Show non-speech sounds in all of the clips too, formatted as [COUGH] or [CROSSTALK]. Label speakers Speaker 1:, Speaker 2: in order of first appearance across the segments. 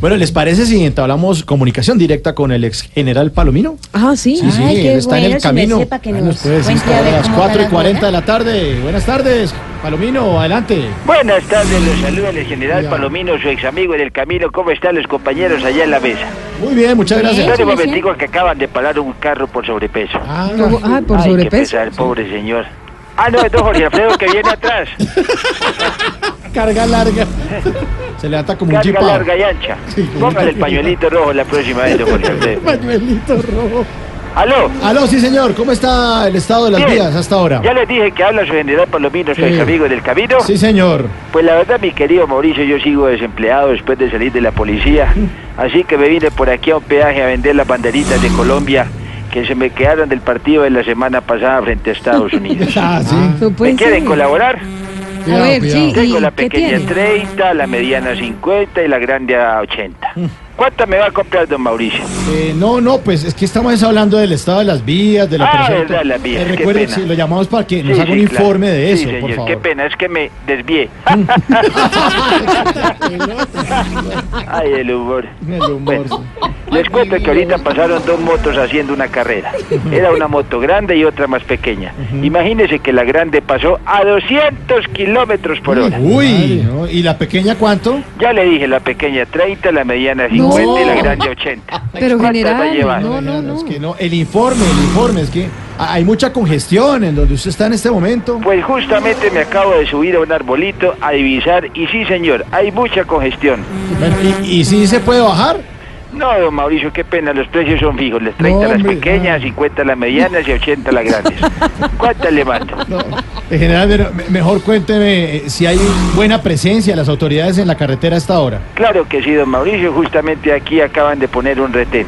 Speaker 1: Bueno, ¿les parece si entablamos comunicación directa con el ex general Palomino?
Speaker 2: Ah, sí.
Speaker 1: Sí, sí,
Speaker 3: Ay,
Speaker 1: él
Speaker 3: qué
Speaker 1: está en
Speaker 3: bueno,
Speaker 1: el
Speaker 3: si me
Speaker 1: camino.
Speaker 3: sepa que
Speaker 1: Ah,
Speaker 3: nos
Speaker 1: puede decir
Speaker 3: cuente a
Speaker 1: ahora
Speaker 3: ver
Speaker 1: a las
Speaker 3: cómo
Speaker 1: 4 y
Speaker 3: va la
Speaker 1: 40 de la tarde. Buenas tardes, Palomino, adelante.
Speaker 4: Buenas tardes, los saluda el general Palomino, su ex amigo en el camino. ¿Cómo están los compañeros allá en la mesa?
Speaker 1: Muy bien, muchas gracias.
Speaker 4: Espera un momentico que acaban de parar un carro por sobrepeso.
Speaker 1: Ah,
Speaker 2: Tuvo- Ah, por
Speaker 4: Ay, qué
Speaker 2: sobrepeso.
Speaker 4: pesar, el pobre señor. Ah, no, es don Jorge Alfredo que viene
Speaker 1: [LAUGHS]
Speaker 4: atrás.
Speaker 1: carga larga. [LAUGHS] Se levanta como un
Speaker 4: Carga
Speaker 1: jeep. ah.
Speaker 4: larga y ancha.
Speaker 1: Sí, como
Speaker 4: Póngale
Speaker 1: un
Speaker 4: el pañuelito rojo la próxima vez, don Jorge
Speaker 1: [LAUGHS]
Speaker 4: Alfredo.
Speaker 1: Manuelito Rojo.
Speaker 4: Aló.
Speaker 1: Aló, sí, señor. ¿Cómo está el estado de las
Speaker 4: bien.
Speaker 1: vías hasta ahora?
Speaker 4: Ya les dije que habla su general Palomino, su
Speaker 1: Sí.
Speaker 4: ex amigo en el camino.
Speaker 1: Sí,
Speaker 4: [LAUGHS]
Speaker 1: señor.
Speaker 4: Pues la verdad, mi querido Mauricio, yo sigo desempleado después de salir de la policía. Así que me vine por aquí a un peaje a vender las banderitas de Colombia que se me quedaron del partido de la semana pasada frente a
Speaker 1: [LAUGHS]
Speaker 4: Estados Unidos.
Speaker 1: Ah, sí.
Speaker 4: ¿Me
Speaker 2: Pues
Speaker 4: quieren
Speaker 2: sí.
Speaker 4: colaborar?
Speaker 2: A
Speaker 1: Cuidado,
Speaker 2: ver,
Speaker 1: cuidado.
Speaker 2: sí.
Speaker 4: Tengo
Speaker 2: ¿Y
Speaker 4: la
Speaker 2: qué
Speaker 4: pequeña
Speaker 2: tiene?
Speaker 4: 30, la mediana 50 y la grande a 80.
Speaker 1: Mm.
Speaker 4: ¿Cuánta me va a comprar, don Mauricio?
Speaker 1: Eh, no, no, pues es que estamos hablando del estado de las vías, de la
Speaker 4: Ah,
Speaker 1: operación.
Speaker 4: verdad, las vías,
Speaker 1: Eh,
Speaker 4: qué
Speaker 1: recuerden,
Speaker 4: pena.
Speaker 1: sí, lo llamamos para que nos
Speaker 4: Sí,
Speaker 1: haga
Speaker 4: sí,
Speaker 1: un
Speaker 4: claro.
Speaker 1: informe de
Speaker 4: Sí,
Speaker 1: eso,
Speaker 4: señor,
Speaker 1: por favor. Mm.
Speaker 4: qué pena, es que me desvié. [LAUGHS]
Speaker 1: [LAUGHS]
Speaker 4: Ay, el humor.
Speaker 1: El humor, sí.
Speaker 4: Les cuento que ahorita pasaron dos motos haciendo
Speaker 1: [LAUGHS]
Speaker 4: una carrera. Era una moto grande y otra más pequeña. Imagínense que la grande pasó a 200 kilómetros por hora.
Speaker 1: Uy, ¿no? ¿y la pequeña cuánto?
Speaker 4: Ya le dije, la pequeña 30, la mediana 50 y la grande
Speaker 1: [LAUGHS]
Speaker 4: 80.
Speaker 2: Pero
Speaker 4: ¿Cuántas va a
Speaker 2: general,
Speaker 4: llevar?
Speaker 2: no, no,
Speaker 1: Es
Speaker 2: no.
Speaker 1: que no, el informe, el informe, es que ha- hay mucha congestión en donde usted está en este momento.
Speaker 4: Pues justamente me acabo de subir a un arbolito a divisar y sí señor, hay mucha congestión.
Speaker 1: Bueno, ¿y, y sí se puede bajar?
Speaker 4: No, don Mauricio, qué pena, los precios son fijos. Les 30
Speaker 1: No,
Speaker 4: las
Speaker 1: hombre,
Speaker 4: pequeñas,
Speaker 1: no.
Speaker 4: 50 las medianas y 80
Speaker 1: [LAUGHS]
Speaker 4: las grandes. ¿Cuántas le mando?
Speaker 1: No. En general, pero me- mejor cuénteme eh, si hay buena presencia de las autoridades en la carretera a esta hora.
Speaker 4: Claro que sí, don Mauricio, justamente aquí acaban de poner un retén.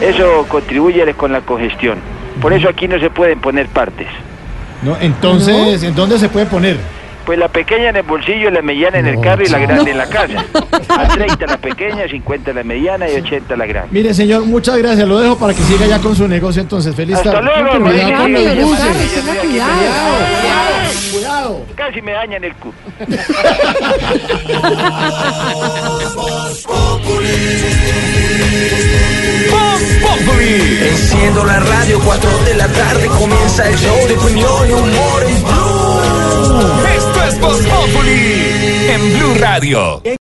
Speaker 4: Eso contribuye con la congestión. Por eso aquí no se pueden poner partes.
Speaker 1: ¿no? Entonces, ¿en dónde se puede poner?
Speaker 4: Pues la pequeña en el bolsillo, la mediana en el
Speaker 1: No,
Speaker 4: carro y la
Speaker 1: chao.
Speaker 4: grande en la
Speaker 1: [LAUGHS]
Speaker 4: casa. A 30 la pequeña, 50 la mediana y 80 la grande.
Speaker 1: Mire, señor, muchas gracias. Lo dejo para que siga ya con su negocio. Entonces, feliz
Speaker 4: Hasta
Speaker 1: tarde.
Speaker 4: luego,
Speaker 1: Cuidado
Speaker 4: Mauricio.
Speaker 1: con los
Speaker 2: Déjame
Speaker 4: Yo
Speaker 2: gozar,
Speaker 4: estoy
Speaker 1: buses.
Speaker 2: tenga
Speaker 4: aquí
Speaker 2: cuidado.
Speaker 1: Cuidado.
Speaker 4: Casi me dañan el culo.
Speaker 5: Enciendo la radio, 4 de la tarde comienza el show de opinión y humor en Blue. Esto es Voz Populi en Blue Radio.